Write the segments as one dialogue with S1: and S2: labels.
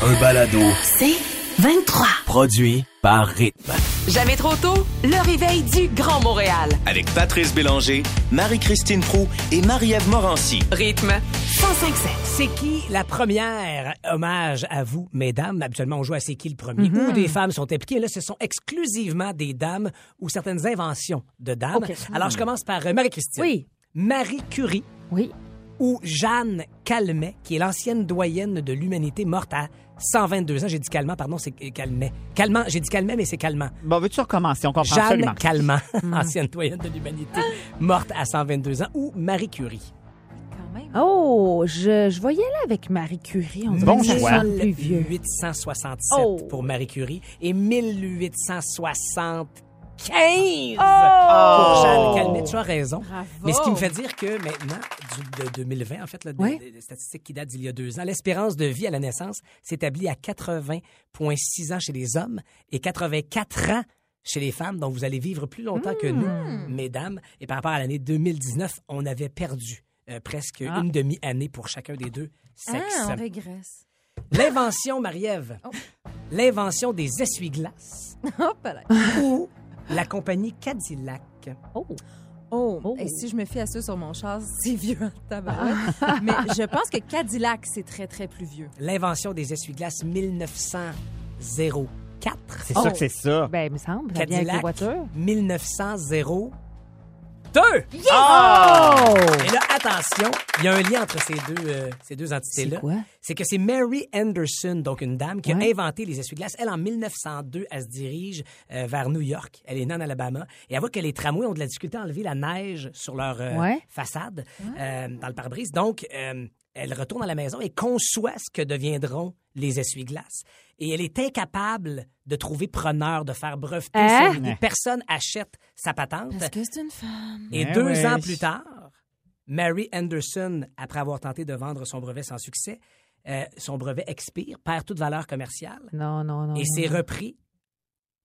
S1: Un balado
S2: C'est 23.
S1: produit par Rythme.
S2: Jamais trop tôt, le réveil du Grand Montréal.
S3: Avec Patrice Bélanger, Marie-Christine Prou et Marie-Ève Morancy.
S2: Rythme 1057.
S4: C'est qui la première? Hommage à vous, mesdames. Habituellement, on joue à C'est qui le premier?
S5: Mm-hmm.
S4: Où des femmes sont impliquées. Là, ce sont exclusivement des dames ou certaines inventions de dames.
S5: Ok.
S4: Alors, je commence par euh, Marie-Christine.
S5: Oui.
S4: Marie Curie
S5: Oui.
S4: ou Jeanne Calmet, qui est l'ancienne doyenne de l'humanité morte à 122 ans. J'ai dit Calment, pardon, c'est euh, Calmet. Calment, j'ai dit Calmet, mais c'est Calment.
S6: Bon, veux-tu recommencer? On comprend absolument.
S4: Jeanne Calment,
S5: Mm.
S4: ancienne doyenne de l'humanité morte à 122 ans, ou Marie Curie.
S5: Oh, je, je voyais là avec Marie Curie. On dirait
S6: Bon
S5: que ça
S6: choix.
S5: sonne plus vieux.
S4: 1867
S5: Oh.
S4: pour Marie Curie et 1875
S5: Oh.
S6: Oh.
S4: pour Jeanne Calmet. Tu as raison. Mais ce qui me fait dire que maintenant, du- de 2020, en fait, là, de-
S5: Ouais.
S4: de- des statistiques qui datent d'il y a deux ans, l'espérance de vie à la naissance s'établit à 80,6 ans chez les hommes et 84 ans chez les femmes. Donc, vous allez vivre plus longtemps
S5: Hmm.
S4: que nous, mesdames. Et par rapport à l'année 2019, on avait perdu euh, presque
S6: Ah.
S4: une demi-année pour chacun des deux sexes.
S7: Ah, on régresse.
S4: L'invention, Marie-Ève.
S7: Oh.
S4: L'invention des essuie-glaces
S7: Hop là.
S4: ou la compagnie Cadillac.
S5: Oh.
S7: Oh,
S5: Oh.
S7: et si je me fie à ça sur mon char, c'est vieux en tabarouette.
S5: Ah.
S7: Mais je pense que Cadillac, c'est très, très plus vieux.
S4: L'invention des essuie-glaces 1904.
S6: C'est sûr que c'est ça.
S5: Ben, il me
S7: Oh,
S5: semble. Ça vient avec
S4: Cadillac
S5: les voitures.
S4: 1902.
S5: Oh!
S6: Ah!
S4: Et là, attention, il y a un lien entre ces deux, euh, ces deux entités-là.
S5: C'est quoi?
S4: C'est que c'est Mary Anderson, donc une dame qui
S5: Ouais.
S4: a inventé les essuie-glaces. Elle, en 1902, elle se dirige euh, vers New York. Elle est née en Alabama. Et elle voit que les tramways ont de la difficulté à enlever la neige sur leur euh,
S5: Ouais.
S4: façade, euh, dans le pare-brise. Donc, euh, elle retourne à la maison et conçoit ce que deviendront les essuie-glaces. Et elle est incapable de trouver preneur, de faire breveter
S5: Hein?
S4: son idée. Personne achète sa patente.
S7: Parce que c'est une femme.
S4: Et
S6: Ben
S4: deux
S6: ouais.
S4: ans plus tard, Mary Anderson, après avoir tenté de vendre son brevet sans succès, euh, son brevet expire, perd toute valeur commerciale
S5: Non, non, non.
S4: et
S5: Oh non.
S4: c'est repris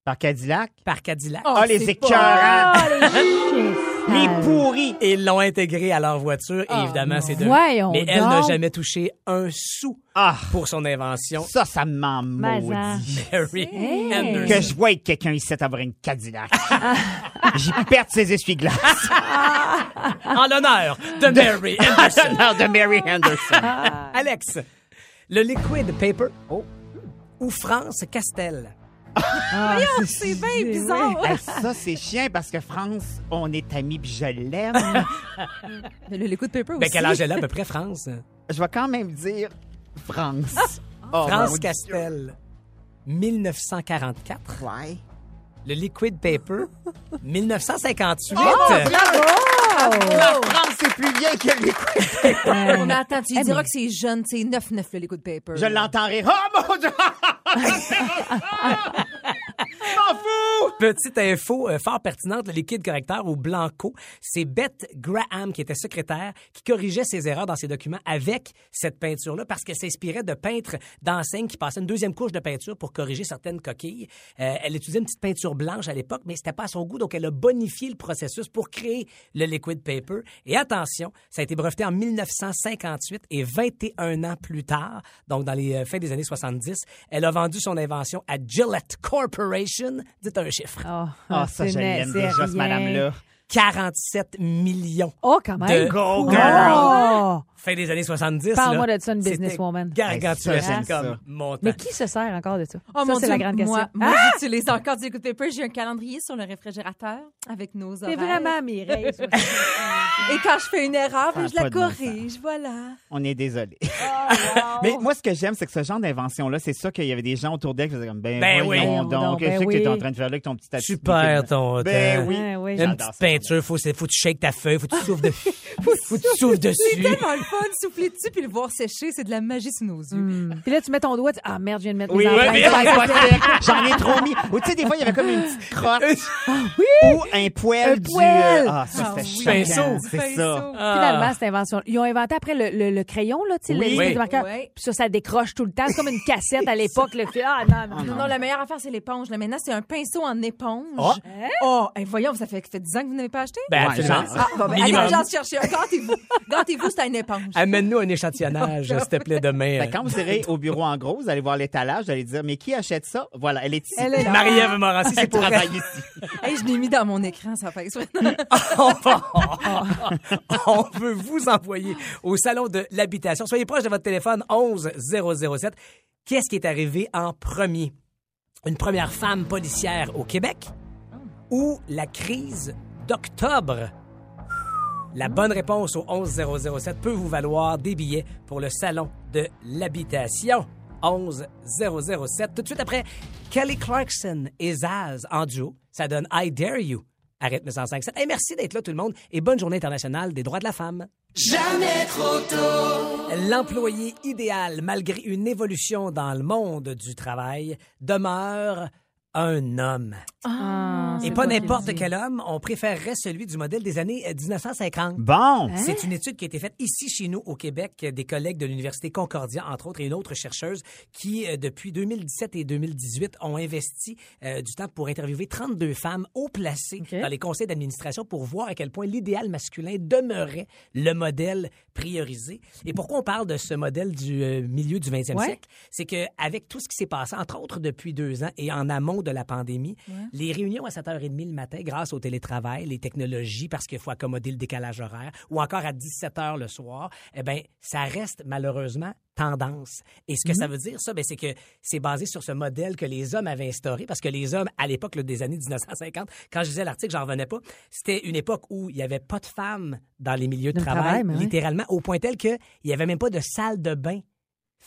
S6: Par Cadillac.
S4: par Cadillac.
S6: Oh, les écœurants!
S5: Ah, les chiens
S6: Les
S5: sales.
S6: pourris!
S4: Et l'ont intégré à leur voiture et évidemment c'est devenu.
S5: Voyons
S4: Mais elle n'a
S5: donc.
S4: jamais touché un sou
S6: Ah!
S4: pour son invention.
S6: Ça, ça m'en
S5: Mais hein. en.
S6: maudit.
S4: Mary
S5: Hey.
S4: Anderson.
S6: Que je vois quelqu'un ici avoir une Cadillac. J'y perds ses essuie-glaces.
S4: En l'honneur de Mary
S6: En
S4: Anderson.
S6: l'honneur de Mary Henderson.
S4: Alex, le liquid paper ou France Castel.
S7: C'est bien bizarre.
S6: Hey, ça, c'est chiant parce que France, on est amis pis je l'aime.
S7: Mais le, le coup de paper aussi.
S4: Ben, quel âge elle a à peu près, France?
S6: Je vais quand même dire France. Oh, mon
S4: France
S6: Dieu.
S4: Castel, 1944.
S6: Ouais.
S4: Le Liquid Paper, 1958.
S6: Ah, La France est plus vieille que les
S7: Ah, On attend, tu
S5: Eh,
S7: diras que c'est jeune, c'est 9-9 le, le coup de paper.
S6: Je l'entends rire. Oh mon Dieu!
S4: Petite info euh, fort pertinente, le liquide correcteur ou Blanco, c'est Beth Graham qui était secrétaire qui corrigeait ses erreurs dans ses documents avec cette peinture-là parce qu'elle s'inspirait de peintres d'enseignes qui passaient une deuxième couche de peinture pour corriger certaines coquilles. Euh, elle utilisait une petite peinture blanche à l'époque, mais c'était pas à son goût, donc elle a bonifié le processus pour créer le liquid paper. Et attention, ça a été breveté en 1958 et 21 ans plus tard, donc dans les euh, fins des années 70, elle a vendu son invention à Gillette Corporation. Dites un chiffre.
S5: Ah,
S6: Ah, ça,
S5: c'est
S6: je
S5: net,
S6: l'aime
S5: c'est
S6: déjà, cette
S5: rien.
S6: madame-là.
S4: 47 millions.
S5: Oh, quand même.
S4: De-
S6: Go,
S5: Oh!
S6: girl!
S4: Fin des années 70.
S5: Parle-moi
S4: là,
S5: de ça, une
S4: c'était
S5: businesswoman.
S6: Hey,
S4: Gargantuesque
S6: ça, j'aime
S4: comme
S6: ça.
S4: montant.
S5: Mais qui se sert encore de ça?
S7: Oh
S5: ça,
S7: mon
S5: c'est
S7: Dieu,
S5: la grande question. Ah!
S7: Moi, moi j'utilise encore du coup de paper. J'ai un calendrier sur le réfrigérateur avec nos
S5: c'est
S7: horaires.
S5: vraiment Mireille. ça.
S7: Et quand je fais une erreur, ben,
S6: Ça
S7: je
S6: a pas
S7: la
S6: de bon
S7: corrige, voilà.
S6: On est désolé. Ah, Mais moi, ce que j'aime, c'est que ce genre d'invention-là, c'est ça qu'il y avait des gens autour d'elle qui faisaient comme ben,
S4: Ben
S6: voyons
S5: oui.
S6: donc,
S5: Ben
S6: je sais que
S5: oui.
S6: t'es en train de faire là avec ton petit
S4: Tu perds ton
S6: Ben
S4: temps.
S6: oui.
S5: Ben oui.
S4: Une
S6: J'adore
S4: petite
S6: ça.
S4: peinture, faut, c'est- faut que tu shakes ta feuille, faut que
S5: Ah.
S4: tu souffles dessus. faut que tu souffles
S7: C'est
S4: dessus.
S7: tellement le fun, souffler dessus puis le voir sécher, c'est de la magie sous nos
S6: Mm.
S7: yeux.
S5: Puis là, tu mets ton doigt, tu... ah merde, je viens de mettre
S6: Oui,
S5: mes
S6: oui,
S5: empreintes.
S6: mais ça, c'est pas correct. J'en ai trop mis. Ou tu sais, des fois, il y avait comme une petite crotte. Ou un poêle
S5: Un
S6: du...
S5: poêle.
S6: Ah, ça, c'était
S7: Ah oui.
S6: choquant.
S4: Pinceau.
S6: C'est ça.
S7: Pinceau.
S4: Ah.
S5: Finalement, cette invention. Ils ont inventé après le, le- le crayon, là, tu sais,
S6: Ah. Oui.
S5: l'espèce
S4: Oui.
S5: de marqueur.
S7: Oui.
S5: Puis ça, ça décroche tout le temps. C'est comme une cassette à l'époque. Le fait, ah non, non,
S7: Non, non, la meilleure affaire, c'est l'éponge. Là, maintenant, c'est un pinceau en éponge.
S6: Ah.
S7: Oh, hey, voyons, ça fait, ça fait 10 ans que vous n'avez pas acheté?
S4: Ben,
S6: Ouais,
S4: absolument.
S6: genre.
S7: Ah, bon, ben, allez,
S4: Minimum.
S7: j'en chercher un. Gantez-vous. Gantez-vous, c'est une éponge.
S5: Ah,
S4: Amène-nous un échantillonnage, s'il te plaît, demain. euh,
S6: Fait que Ben, quand vous irez au bureau en gros, vous allez voir l'étalage, vous allez dire, mais qui achète ça? Voilà, elle est ici.
S7: Elle est là.
S4: Marie-Ève Morancy, c'est
S6: Elle
S4: pour elle.
S6: travaille ici.
S7: Hey, je l'ai mis dans mon écran, ça fait exprès.
S4: On veut vous envoyer au salon de l'habitation. Soyez proche de votre téléphone 11 007. Qu'est-ce qui est arrivé en premier? Une première femme policière au Québec ou la crise d'octobre? La bonne réponse au 11 007 peut vous valoir des billets pour le salon de l'habitation. 11 007. Tout de suite après, Kelly Clarkson et Zaz en duo. Ça donne I Dare You. Arrête 1057. Et merci d'être là tout le monde et bonne journée internationale des droits de la femme. L'employé idéal, malgré une évolution dans le monde du travail, demeure un homme.
S6: Ah.
S4: Et pas n'importe quel homme, on préférerait celui du modèle des années euh, 1950.
S6: Bon.
S4: C'est une étude qui a été faite ici chez nous au Québec, euh, des collègues de l'Université Concordia, entre autres, et une autre chercheuse qui, euh, depuis 2017 et 2018, ont investi euh, du temps pour interviewer 32 femmes haut placées dans les conseils d'administration pour voir à quel point l'idéal masculin demeurait le modèle priorisé. Et pourquoi on parle de ce modèle du euh, milieu du 20e siècle? C'est qu'avec tout ce qui s'est passé, entre autres depuis deux ans et en amont de la pandémie, les réunions à 7h30 le matin, grâce au télétravail, les technologies, parce qu'il faut accommoder le décalage horaire, ou encore à 17h le soir, eh bien, ça reste malheureusement tendance. Et ce que ça veut dire, ça, ben, c'est que c'est basé sur ce modèle que les hommes avaient instauré, parce que les hommes, à l'époque là, des années 1950, quand je disais l'article, j'en revenais pas, c'était une époque où il n'y avait pas de femmes dans les milieux de,
S5: De
S4: travail,
S5: travail, mais oui.
S4: littéralement, au point tel qu'il n'y avait même pas de salle de bain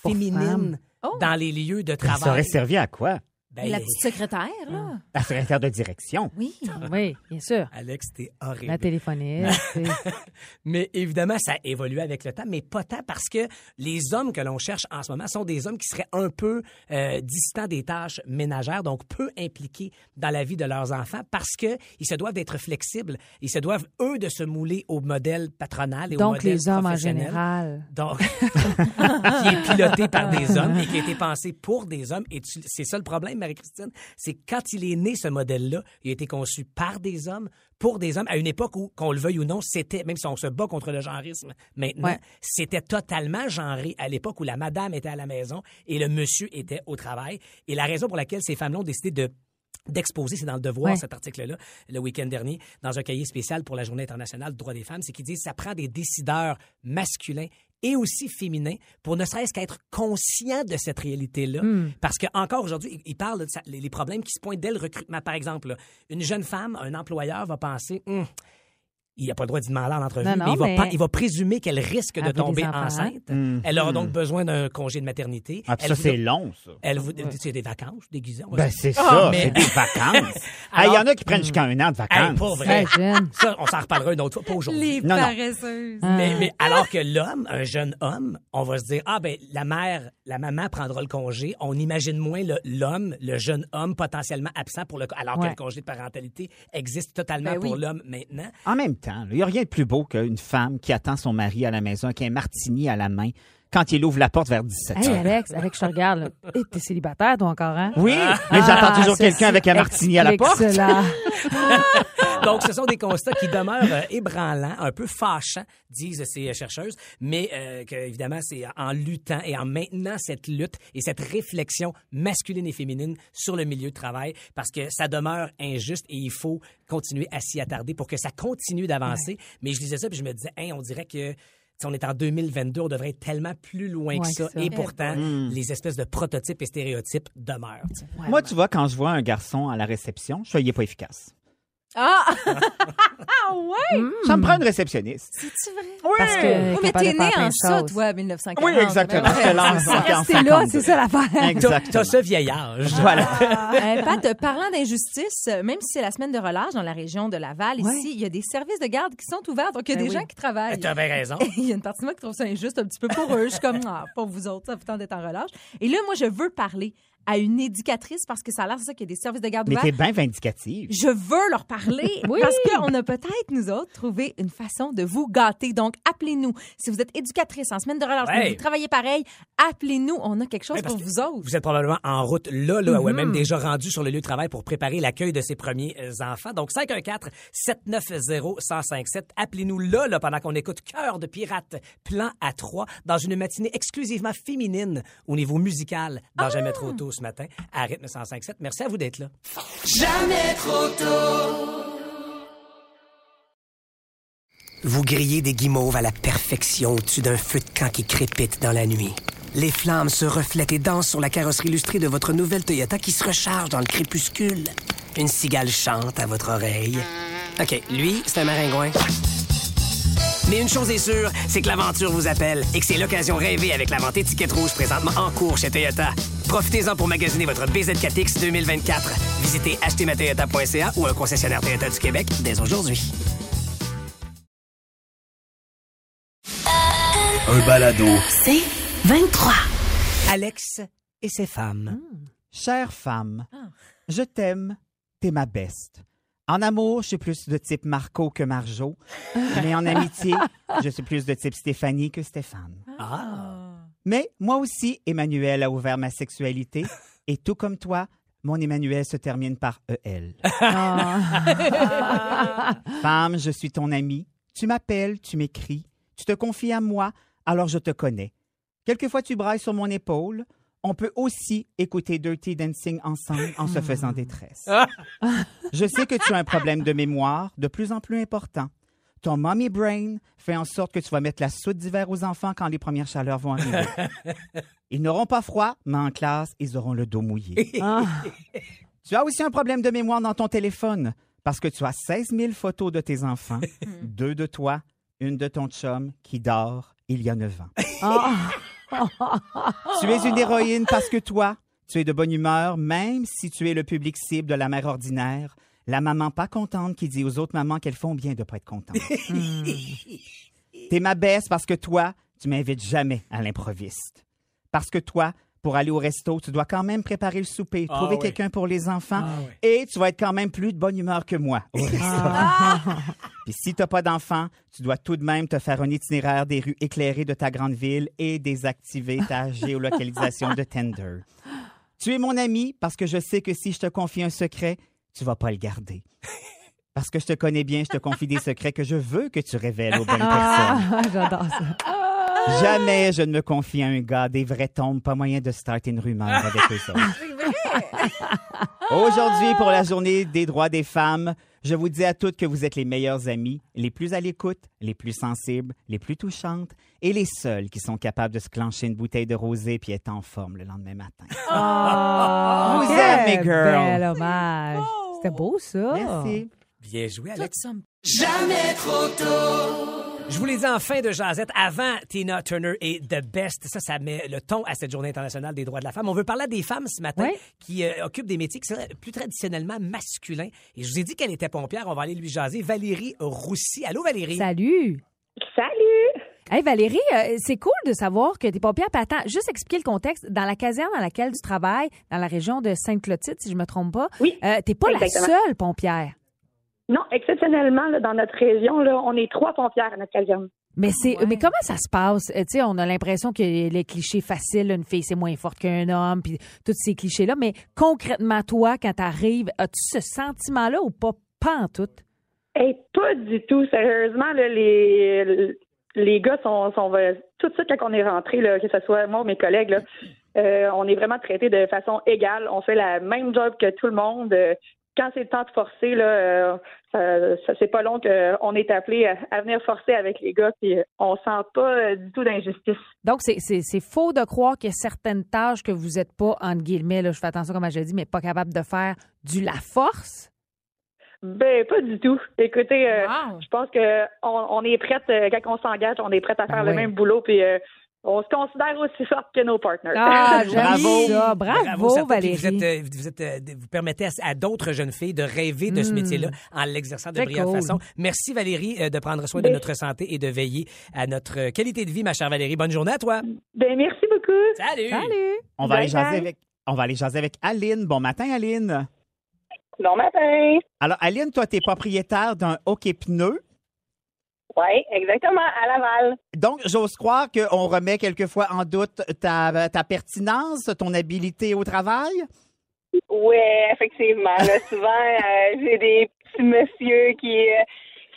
S5: Pour
S4: féminine
S5: femmes.
S4: dans les lieux de
S6: Ça aurait
S4: travail.
S6: servi à quoi?
S4: Ben,
S7: La petite secrétaire,
S5: Ah.
S7: là.
S6: La secrétaire de direction.
S7: Oui.
S5: Oui, bien sûr.
S4: Alex, t'es
S5: La
S4: horrible.
S5: téléphoniste. c'est-
S4: Mais évidemment, ça évolue avec le temps, mais pas tant parce que les hommes que l'on cherche en ce moment sont des hommes qui seraient un peu euh, distants des tâches ménagères, donc peu impliqués dans la vie de leurs enfants parce que ils se doivent d'être flexibles. Ils se doivent, eux, de se mouler au modèle patronal et au
S5: Donc,
S4: modèle
S5: les hommes en
S4: professionnel.
S5: général.
S4: Donc, qui est piloté par des hommes et qui a été pensé pour des hommes. Et tu- c'est ça le problème, Marie-Christine, c'est que quand il est né, ce modèle-là, il a été conçu par des hommes, pour des hommes, à une époque où, qu'on le veuille ou non, c'était, même si on se bat contre le genrisme maintenant,
S5: Ouais.
S4: c'était totalement genré à l'époque où la madame était à la maison et le monsieur était au travail. Et la raison pour laquelle ces femmes-là ont décidé de d'exposer, c'est dans le devoir
S5: Ouais.
S4: cet article-là, le week-end dernier, dans un cahier spécial pour la Journée internationale du droit des femmes, c'est qu'ils disent ça prend des décideurs masculins et aussi féminins pour ne serait-ce qu'être conscient de cette réalité-là.
S5: Hmm.
S4: Parce que encore aujourd'hui, ils- ils parlent de ça- les les problèmes qui se pointent dès le recrutement. Par exemple, là, une jeune femme, un employeur va penser... Hum, il n'a pas le droit d'y demander en entrevue,
S5: Non, non,
S4: mais, il va
S5: mais-
S4: pas- il va présumer qu'elle risque de
S5: Elle veut des
S4: tomber
S5: enfants. hein.
S4: enceinte. Elle aura donc besoin d'un congé de maternité.
S6: Hmm. Ah, puis
S4: elle
S6: ça,
S4: voudra-
S6: c'est long, ça.
S4: elle vous c'est des vacances déguisées. on va
S6: Ben,
S4: dire.
S6: c'est ça.
S4: mais-
S6: C'est des vacances. Ah, Il y en a qui prennent jusqu'à un an de
S4: Hey,
S6: vacances.
S4: pour vrai.
S5: Imagine.
S4: Ça, on s'en reparlera une autre fois, pas aujourd'hui.
S7: Les
S6: Non, non.
S7: paresseuses.
S4: Mais, mais alors que l'homme, un jeune homme, on va se dire ah ben la mère, la maman prendra le congé. On imagine moins le- l'homme, le, jeune homme potentiellement absent pour le co- alors que
S5: Ouais.
S4: le congé de parentalité existe totalement
S7: Ben
S4: pour
S7: oui.
S4: l'homme maintenant.
S6: En même temps, là, il n'y a rien de plus beau qu'une femme qui attend son mari à la maison avec un martini à la main quand il ouvre la porte vers 17
S5: Hey,
S6: h
S5: Alex, Alex, je te regarde. là. Hey, T'es célibataire, toi, encore, hein?
S6: Oui, mais j'attends toujours quelqu'un avec un martini à la porte.
S5: Excellent.
S4: Donc, ce sont des constats qui demeurent euh, ébranlants, un peu fâchants, disent ces euh, chercheuses, mais euh, que, évidemment, c'est en luttant et en maintenant cette lutte et cette réflexion masculine et féminine sur le milieu de travail, parce que ça demeure injuste et il faut continuer à s'y attarder pour que ça continue d'avancer. Mais je disais ça, puis je me disais, Hein, on dirait que... tu sais, on est en 2022, on devrait être tellement plus loin que
S5: Ouais,
S4: ça.
S5: c'est ça.
S4: Et pourtant, les espèces de prototypes et stéréotypes demeurent. tu sais.
S6: Moi, tu vois, quand je vois un garçon à la réception, je fais, il est pas efficace.
S7: Ah! ah ouais!
S6: Ça me prend une réceptionniste.
S7: C'est-tu vrai?
S5: Parce que
S7: Oui, mais
S5: capable
S7: t'es
S5: de faire
S7: né
S5: plein
S7: en
S5: de
S7: ça,
S5: choses.
S7: toi, 1940.
S6: Oui, exactement.
S7: Ben ouais.
S6: C'est l'âge en
S5: C'est là,
S6: 52.
S5: c'est ça l'affaire.
S4: T'as
S6: Exactement.
S4: t'as ce vieil âge.
S6: Voilà.
S7: Euh, Pat, euh, parlant d'injustice, euh, même si c'est la semaine de relâche dans la région de Laval,
S5: Ouais.
S7: ici, il y a des services de garde qui sont ouverts. Donc, il y a
S5: Ben
S7: des
S5: oui.
S7: gens qui travaillent.
S4: Tu avais raison.
S7: Il y a une partie de moi qui trouve ça injuste un petit peu pour eux. Je suis comme, ah, pour vous autres, ça vous tente d'être en relâche. Et là, moi, je veux parler à une éducatrice parce que ça a l'air, c'est ça, qu'il y a des services de garde
S6: Mais
S7: ouverts.
S6: t'es bien vindicative.
S7: Je veux leur parler
S5: Oui.
S7: parce qu'on a peut-être, nous autres, trouvé une façon de vous gâter. Donc, appelez-nous. Si vous êtes éducatrice en semaine de relâche, mais
S4: Ouais.
S7: vous travaillez pareil, appelez-nous. On a quelque chose
S4: Ouais, parce
S7: pour
S4: que
S7: vous autres.
S4: Vous êtes probablement en route là, là ou même déjà rendu sur le lieu de travail pour préparer l'accueil de ses premiers euh, enfants. Donc, 514-790-1057. Appelez-nous là, là, pendant qu'on écoute Cœur de pirate, plan à 3, dans une matinée exclusivement féminine au niveau musical dans Jamais trop tôt ce matin à rythme 1057. Merci à vous d'être là.
S8: Vous grillez des guimauves à la perfection au-dessus d'un feu de camp qui crépite dans la nuit. Les flammes se reflètent et dansent sur la carrosserie illustrée de votre nouvelle Toyota qui se recharge dans le crépuscule. Une cigale chante à votre oreille. OK, lui, c'est un maringouin. Mais une chose est sûre, c'est que l'aventure vous appelle et que c'est l'occasion rêvée avec la vente étiquette rouge présentement en cours chez Toyota. Profitez-en pour magasiner votre BZ4X 2024. Visitez achetezmatoyota.ca ou un concessionnaire Toyota du Québec dès aujourd'hui.
S1: Un balado.
S2: C'est 23.
S4: Alex et ses femmes.
S6: Chère femme,
S7: Ah.
S6: je t'aime, t'es ma best. En amour, je suis plus de type Marco que Marjo, mais en amitié, je suis plus de type Stéphanie que Stéphane.
S4: Ah.
S6: Mais moi aussi, Emmanuel a ouvert ma sexualité, et tout comme toi, mon Emmanuel se termine par E EL. Femme, je suis ton amie. Tu m'appelles, tu m'écris, tu te confies à moi, alors je te connais. Quelquefois, tu brailles sur mon épaule. On peut aussi écouter Dirty Dancing ensemble en se faisant des tresses. Je sais que tu as un problème de mémoire de plus en plus important. Ton mommy brain fait en sorte que tu vas mettre la soude d'hiver aux enfants quand les premières chaleurs vont arriver. Ils n'auront pas froid, mais en classe, ils auront le dos mouillé. Tu as aussi un problème de mémoire dans ton téléphone parce que tu as 16 000 photos de tes enfants, deux de toi, une de ton chum qui dort il y a 9 ans. tu es une héroïne parce que toi, tu es de bonne humeur, même si tu es le public cible de la mère ordinaire, la maman pas contente qui dit aux autres mamans qu'elles font bien de pas être contentes. T'es ma baisse parce que toi, tu m'invites jamais à l'improviste. Parce que toi, pour aller au resto, tu dois quand même préparer le souper, trouver
S4: oui.
S6: quelqu'un pour les enfants, et tu vas être quand même plus de bonne humeur que moi au restaurant. Puis si t'as pas d'enfant, tu dois tout de même te faire un itinéraire des rues éclairées de ta grande ville et désactiver ta géolocalisation de Tinder. Tu es mon ami parce que je sais que si je te confie un secret, tu vas pas le garder. Parce que je te connais bien, je te confie des secrets que je veux que tu révèles aux bonnes personnes.
S5: Ah, J'adore ça.
S6: Jamais je ne me confie à un gars. Des vrais tombes, pas moyen de starter une rumeur avec eux autres. Aujourd'hui, pour la journée des droits des femmes, je vous dis à toutes que vous êtes les meilleures amies, les plus à l'écoute, les plus sensibles, les plus touchantes et les seules qui sont capables de se clencher une bouteille de rosée puis être en forme le lendemain matin.
S5: Ah,
S6: Vous
S5: quel
S6: aimez, girl.
S5: Bel hommage. C'était beau,
S9: Oh.
S5: ça.
S6: Merci.
S4: Bien joué,
S7: Toi,
S4: Alex.
S7: tu sommes-
S4: Je vous l'ai dit en fin de jasette, avant Tina Turner et The Best, ça, ça met le ton à cette journée internationale des droits de la femme. On veut parler à des femmes ce matin
S5: Oui.
S4: qui euh, occupent des métiers qui sont plus traditionnellement masculins. Et je vous ai dit qu'elle était pompière, on va aller lui jaser. Valérie Roussy. Allô, Valérie?
S5: Salut.
S9: Salut!
S5: Hey Valérie, euh, c'est cool de savoir que t'es pompière. Puis attends, juste expliquer le contexte. Dans la caserne dans laquelle tu travailles, dans la région de Sainte-Clotilde, si je me trompe pas,
S9: Oui,
S5: euh, t'es pas
S9: exactement.
S5: la seule pompière.
S9: Non, exceptionnellement, là, dans notre région, là, on est trois pompières à notre caserne.
S5: Mais c'est,
S7: Ouais.
S5: mais comment ça se passe Euh, Tu sais, on a l'impression que les clichés faciles, une fille c'est moins forte qu'un homme, puis tous ces clichés là. Mais concrètement, toi, quand t'arrives, as-tu ce sentiment-là ou pas pas en tout
S9: Hey, pas du tout, sérieusement, là, les, les gars sont, sont euh, tout de suite quand on est rentré, là, que ce soit moi ou mes collègues, là, euh, on est vraiment traités de façon égale. On fait la même job que tout le monde. Euh, Quand c'est le temps de forcer, là, euh, ça, ça- c'est pas long qu'on est appelé à, à venir forcer avec les gars, puis euh, on sent pas euh, du tout d'injustice.
S5: Donc c'est, c'est, c'est faux de croire qu'il y a certaines tâches que vous êtes pas entre guillemets là, je fais attention comme je le dis, mais pas capable de faire du la force.
S9: Ben, pas du tout. Écoutez, euh,
S7: Wow.
S9: je pense que on, on est prête, euh, quand on s'engage, on est prête à faire le
S5: oui.
S9: même boulot, puis euh, on se considère aussi forte que nos partners.
S5: Ah, j'aime
S6: Bravo.
S5: ça. Bravo,
S4: surtout, puis
S5: Valérie.
S4: Vous, êtes, euh, vous, êtes, euh, vous permettez à, à d'autres jeunes filles de rêver de ce métier-là en l'exerçant de
S5: Hmm. Très
S4: brillante
S5: cool.
S4: façon. Merci Valérie euh, de prendre soin de notre santé et de veiller à notre euh, qualité de vie, ma chère Valérie. Bonne journée à toi.
S9: Ben, merci beaucoup.
S4: Salut.
S6: On va, aller
S9: Bye bye.
S6: jaser avec, on va aller jaser avec Aline. Bon matin, Aline.
S9: Bon matin.
S6: Alors, Aline, toi, tu es propriétaire d'un hockey pneu.
S9: Oui, exactement, à Laval.
S6: Donc, j'ose croire qu'on remet quelquefois en doute ta, ta pertinence, ton habilité au travail.
S9: Oui, effectivement. là, souvent, euh, j'ai des petits messieurs qui euh,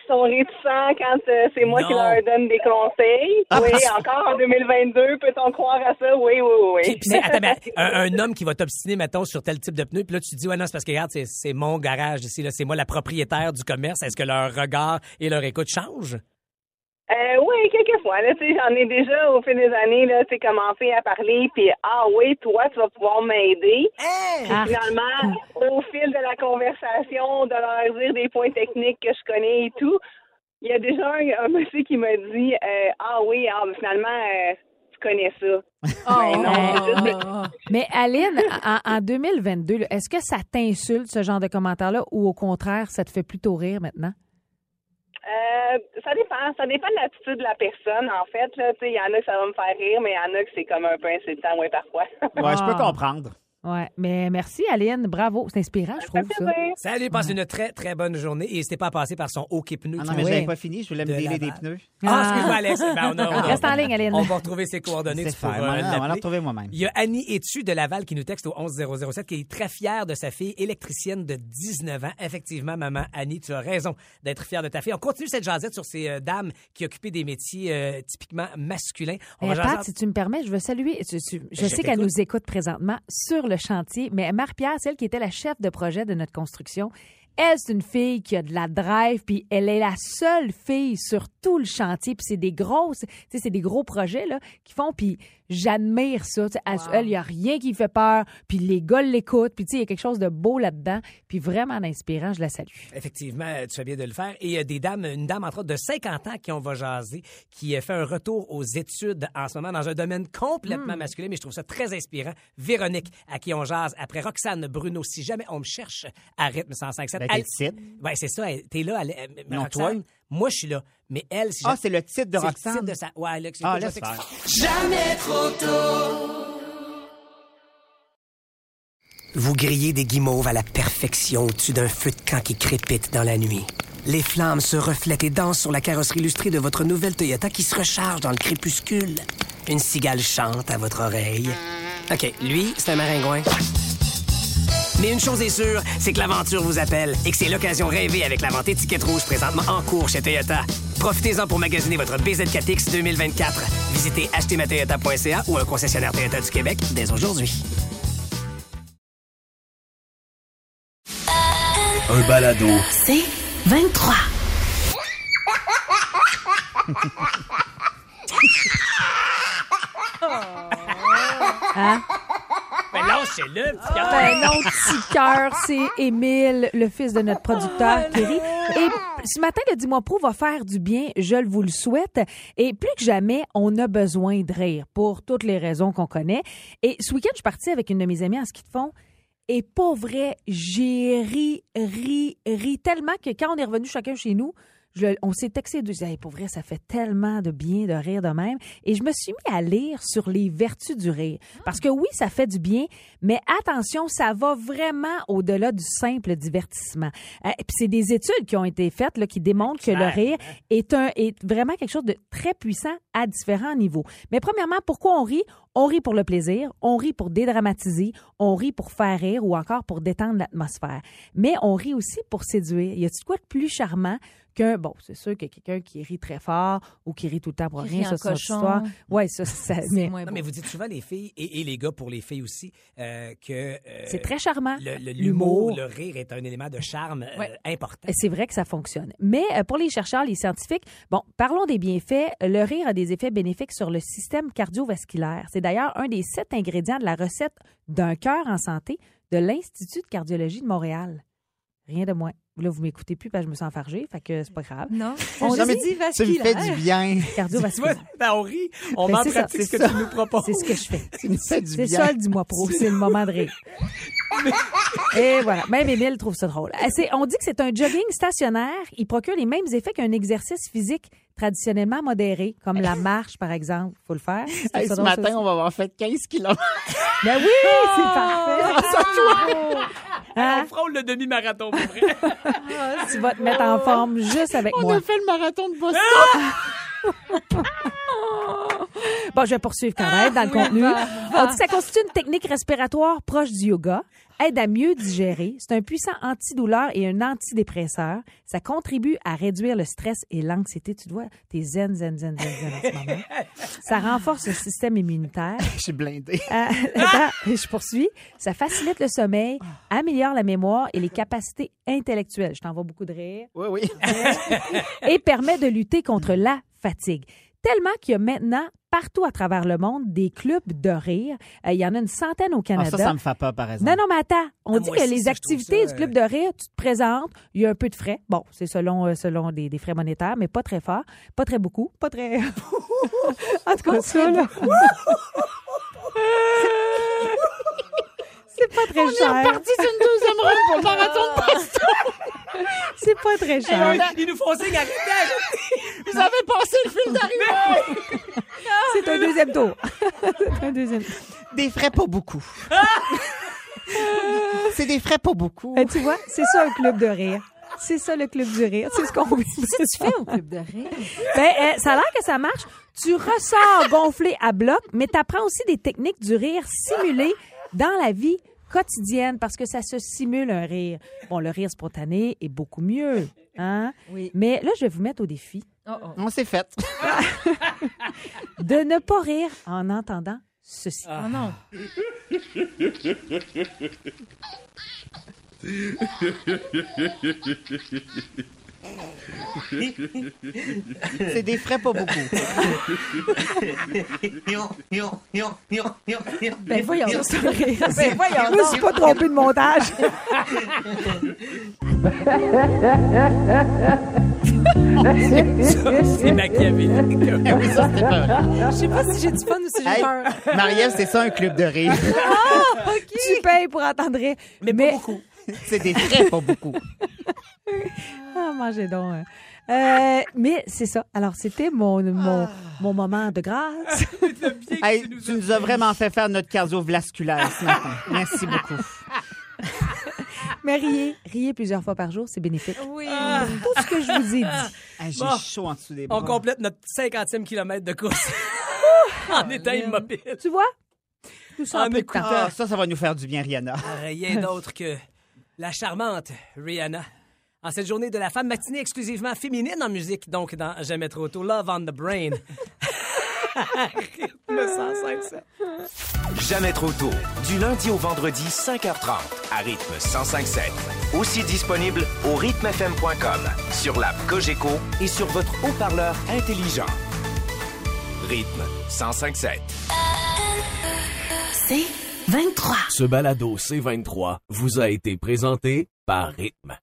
S9: sont réticents quand euh, c'est moi qui
S4: Non.
S9: leur donne des conseils.
S6: Ah,
S9: oui,
S6: parce-
S9: encore en 2022, peut-on croire à ça? Oui, oui, oui.
S4: Puis- puis c'est- attends, mais un, un homme qui va t'obstiner, mettons, sur tel type de pneu, puis là, tu te dis, ouais, non, c'est parce que, regarde, c'est- c'est mon garage ici, là, c'est moi la propriétaire du commerce. Est-ce que leur regard et leur écoute changent?
S9: Euh, oui, quelquefois. Là, tu sais, j'en ai déjà au fil des années là, tu sais, commencé à parler, puis ah oui, toi, tu vas pouvoir m'aider.
S5: Ah,
S9: Finalement, au fil de la conversation, de leur dire des points techniques que je connais et tout, il y a déjà un, un monsieur qui m'a dit euh, ah oui, ah, mais finalement, euh, tu connais ça.
S5: Ah. Mais Aline, en, en 2022, là, est-ce que ça t'insulte, ce genre de commentaire-là, ou au contraire, ça te fait plutôt rire maintenant?
S9: Euh, ça dépend. Ça dépend de l'attitude de la personne, en fait. là. Tu sais, Il y en a que ça va me faire rire, mais il y en a que c'est comme un peu insultant, oui, parfois.
S6: Ouais, je peux
S5: Ah.
S6: comprendre.
S5: Ouais. Mais merci, Aline. Bravo. C'est inspirant, je trouve, ça.
S4: Salut, passe une très, très bonne journée et n'hésitez pas à passer par son hockey pneu.
S6: Ah
S4: qui
S6: non, mais
S4: nous-
S5: oui.
S6: j'avais pas fini. Je voulais me
S4: De
S6: délai des
S4: Laval.
S6: pneus.
S4: Ah,
S5: Ah.
S4: excuse-moi, Alex. Ben, on a- on a-
S5: Reste en ligne, Aline.
S4: On va retrouver ses coordonnées.
S6: C'est
S4: tu pourras,
S6: faire.
S4: euh,
S6: On va la
S4: l'appeler.
S6: retrouver moi-même.
S4: Il y a Annie Etu de Laval qui nous texte au 11007 qui est très fière de sa fille électricienne de 19 ans. Effectivement, maman Annie, tu as raison d'être fière de ta fille. On continue cette jasette sur ces euh, dames qui occupaient des métiers euh, typiquement masculins. On
S5: Mais
S4: va
S5: Euh, Pat,
S4: jaser-
S5: si tu me permets, je veux saluer. tu- tu- je,
S4: Je
S5: sais qu'elle
S4: t'écoute.
S5: nous écoute présentement sur le chantier, mais Marie-Pierre, celle qui était la chef de projet de notre construction, elle, c'est une fille qui a de la drive, puis elle est la seule fille sur tout le chantier, puis c'est des grosses, tu sais, c'est des gros projets, là, qui font, puis j'admire ça. tu sais, à- Elle, il n'y a rien qui fait peur, puis les gars l'écoutent, puis tu sais, il y a quelque chose de beau là-dedans, puis vraiment inspirant, je la salue.
S4: Effectivement, euh, tu fais bien de le faire. Et euh, des dames, une dame entre autres de 50 ans qui on va jaser, qui euh, fait un retour aux études en ce moment dans un domaine complètement masculin, mais je trouve ça très inspirant. Véronique, à qui on jase après Roxane Bruno, si jamais on me cherche à rythme 105.7.
S6: Ben,
S4: Elle-
S6: quel titre?
S4: Ouais, c'est ça. elle- T'es là, elle- elle-
S6: Non,
S4: Roxane. Moi, je suis là. Mais elle, si
S6: Ah,
S4: jamais-
S6: c'est le titre de
S4: c'est le
S6: Roxane?
S4: titre de sa- Ouais, là, que
S6: Ah,
S4: je
S6: laisse
S4: sais que-
S6: faire.
S8: Vous grillez des guimauves à la perfection au-dessus d'un feu de camp qui crépite dans la nuit. Les flammes se reflètent et dansent sur la carrosserie illustrée de votre nouvelle Toyota qui se recharge dans le crépuscule. Une cigale chante à votre oreille. OK, lui, c'est un maringouin. Mais une chose est sûre, c'est que l'aventure vous appelle et que c'est l'occasion rêvée avec la vente étiquette rouge présentement en cours chez Toyota. Profitez-en pour magasiner votre BZ4X 2024. Visitez achetermatoyota.ca ou un concessionnaire Toyota du Québec dès aujourd'hui.
S1: Un balado.
S2: C'est 23.
S4: Mais lâchez-le, petit gars.
S5: Ben non, petit cœur, c'est Émile, le fils de notre producteur, Kerry. Et ce matin, le Dis-moi Pro va faire du bien, je le vous le souhaite. Et plus que jamais, on a besoin de rire pour toutes les raisons qu'on connaît. Et ce week-end, je suis partie avec une de mes amies en ski de fond. Et pas vrai, j'ai ri, ri, ri tellement que quand on est revenu chacun chez nous, je- on s'est texté de hey, pour vrai, ça fait tellement de bien de rire de même. Et je me suis mis à lire sur les vertus du rire. Parce que oui, ça fait du bien, mais attention, ça va vraiment au-delà du simple divertissement. Euh, Puis c'est des études qui ont été faites là, qui démontrent que le rire est, un, est vraiment quelque chose de très puissant à différents niveaux. Mais premièrement, pourquoi on rit? On rit pour le plaisir, on rit pour dédramatiser, on rit pour faire rire ou encore pour détendre l'atmosphère. Mais on rit aussi pour séduire. Y a-t-il quoi de plus charmant qu'un... Bon, c'est sûr que quelqu'un qui rit très fort ou qui rit tout le temps pour
S7: Qui
S5: rien,
S7: rit
S5: ça,
S7: en
S5: c'est une autre
S7: cochon.
S5: histoire. Oui, ça, ça mais
S4: Non, Ah, mais vous dites souvent, les filles, et, et les gars pour les filles aussi, euh, que... euh,
S5: c'est très charmant.
S4: le- le- L'humour, le, rire est un élément de charme euh,
S7: Ouais.
S4: important.
S5: Et C'est vrai que ça fonctionne. Mais euh, pour les chercheurs, les scientifiques, bon, parlons des bienfaits. Le rire a des effets bénéfiques sur le système cardiovasculaire. C'est d'ailleurs un des sept ingrédients de la recette d'un cœur en santé de l'Institut de cardiologie de Montréal. Rien de moins. Là, vous m'écoutez plus parce que je me sens fargée, fait que c'est pas grave.
S7: Non,
S5: On
S7: je
S5: dit-
S7: me dis
S6: Ça me
S7: Vasquille.
S6: fait du bien.
S4: Tu
S5: Cardiovasculaire.
S4: vois, ben, on rit, on
S5: Ben,
S4: met en
S5: c'est ça,
S4: pratique ce
S6: c'est
S4: que
S6: ça.
S4: tu nous proposes.
S5: C'est ce que je fais.
S6: Tu me fais du
S5: C'est
S6: bien.
S5: ça le dis-moi pro, c'est le moment de rire. Et voilà, même Émile trouve ça drôle. Euh, c'est- On dit que c'est un jogging stationnaire. Il procure les mêmes effets qu'un exercice physique traditionnellement modéré, comme la marche, par exemple. faut le faire. C'est
S6: Hey,
S5: ça
S6: ce
S5: drôle, ça
S6: matin,
S5: aussi.
S6: on va avoir fait 15 kilomètres.
S5: Ben oui, c'est
S6: Oh! Ah,
S5: parfait. Hein? Ah,
S4: On frôle le demi-marathon, pour vrai.
S5: Tu vas te mettre en forme juste avec
S6: On
S5: moi. Ah!
S6: a fait le marathon de Boston.
S5: Bon, je vais poursuivre quand même
S6: Ah,
S5: dans le contenu. On dit que ça constitue une technique respiratoire proche du yoga, aide à mieux digérer, c'est un puissant antidouleur et un antidépresseur. Ça contribue à réduire le stress et l'anxiété. Tu te vois, t'es zen, zen, zen, zen, zen en ce moment. Ça renforce le système immunitaire.
S6: Je suis blindé.
S5: Euh, attends, je poursuis. Ça facilite le sommeil, améliore la mémoire et les capacités intellectuelles. Je t'envoie beaucoup de rire
S6: Oui, oui.
S5: et permet de lutter contre la fatigue. Tellement qu'il y a maintenant partout à travers le monde des clubs de rire. Euh, il y en a une centaine au
S6: Ah,
S5: Canada.
S6: ça, ça me fait pas, par exemple.
S5: Non, non, mais attends. On
S4: Ah,
S5: dit
S4: moi
S5: que
S4: aussi,
S5: les
S4: ça, je trouve
S5: activités
S4: ça, euh,
S5: du club de rire, tu te présentes, il y a un peu de frais. Bon, c'est selon, euh, selon des, des frais monétaires, mais pas très fort, pas très beaucoup, pas très. en tout cas, ça, là. c'est pas très cher. Ah.
S6: une deuxième ronde pour le marathon de Boston.
S5: C'est pas très cher.
S4: Ils nous font signe, arrêtez, arrêtez.
S6: Vous avez passé le fil d'arrivée.
S5: C'est un deuxième tour. c'est un deuxième tour.
S6: Des frais pas beaucoup. C'est des frais pas beaucoup.
S5: Ben, tu vois, c'est ça un club de rire. C'est ça le club du rire. C'est ce qu'on veut.
S7: tu fais au club de rire.
S5: Ben, euh, ça a l'air que ça marche. Tu ressors gonflé à bloc, mais tu apprends aussi des techniques du rire simulé dans la vie quotidienne parce que ça se simule un rire. Bon, le rire spontané est beaucoup mieux. Hein?
S7: Oui.
S5: Mais là, je vais vous mettre au défi
S7: Oh, oh.
S6: On s'est fait.
S5: de ne pas rire en entendant ceci.
S7: Ah non.
S6: C'est des frais pas beaucoup.
S7: Ben voyons.
S5: C'est un rire.
S7: Ben voyons.
S5: Je me suis pas trompée de montage.
S4: C'est machiavélique.
S6: Ah oui, ça, c'était pas vrai.
S7: Je sais pas si j'ai du fun ou si j'ai
S6: Hey,
S7: peur.
S6: Marie-Ève, c'est ça un club de rire.
S5: Tu payes pour entendre rire.
S4: Mais pas beaucoup.
S6: C'est des frais pas beaucoup.
S5: Ah, mangez donc. hein. Euh, mais c'est ça. Alors, c'était mon, mon,
S4: Ah.
S5: mon moment de grâce.
S6: Hey, tu nous as vraiment fait faire notre cardiovasculaire ce matin. Merci beaucoup.
S5: mais riez, riez plusieurs fois par jour, c'est bénéfique.
S7: Oui.
S5: Tout ce que je vous ai
S4: Ah.
S5: dit.
S6: Hey, J'ai
S4: Bon.
S6: chaud en dessous des bras.
S4: On complète notre 50e kilomètre de course en étant immobile.
S5: Tu vois? Tout ça en
S4: En
S5: peu de temps.
S4: écoutant.
S6: Ah, ça, ça va nous faire du bien, Rihanna.
S4: Ah, Rien d'autre que la charmante Rihanna. En cette journée de la femme matinée exclusivement féminine en musique, donc dans Jamais trop tôt, Love on the Brain. Le 105.7.
S3: Jamais trop tôt. Du lundi au vendredi, 5h30, à rythme 105.7. Aussi disponible au rythmefm.com, sur l'app Cogeco et sur votre haut-parleur intelligent. Rythme 105.7.
S2: C'est 23.
S1: Ce balado C23 vous a été présenté par Rythme.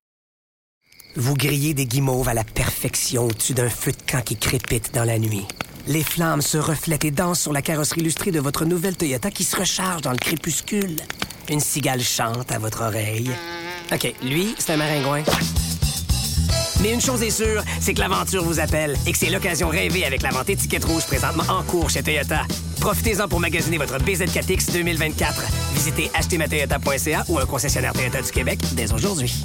S8: Vous grillez des guimauves à la perfection au-dessus d'un feu de camp qui crépite dans la nuit. Les flammes se reflètent et dansent sur la carrosserie illustrée de votre nouvelle Toyota qui se recharge dans le crépuscule. Une cigale chante à votre oreille. OK, lui, c'est un maringouin. Mais une chose est sûre, c'est que l'aventure vous appelle et que c'est l'occasion rêvée avec la vente étiquette rouge présentement en cours chez Toyota. Profitez-en pour magasiner votre BZ4X 2024. Visitez achetezmatoyota.ca ou un concessionnaire Toyota du Québec dès aujourd'hui.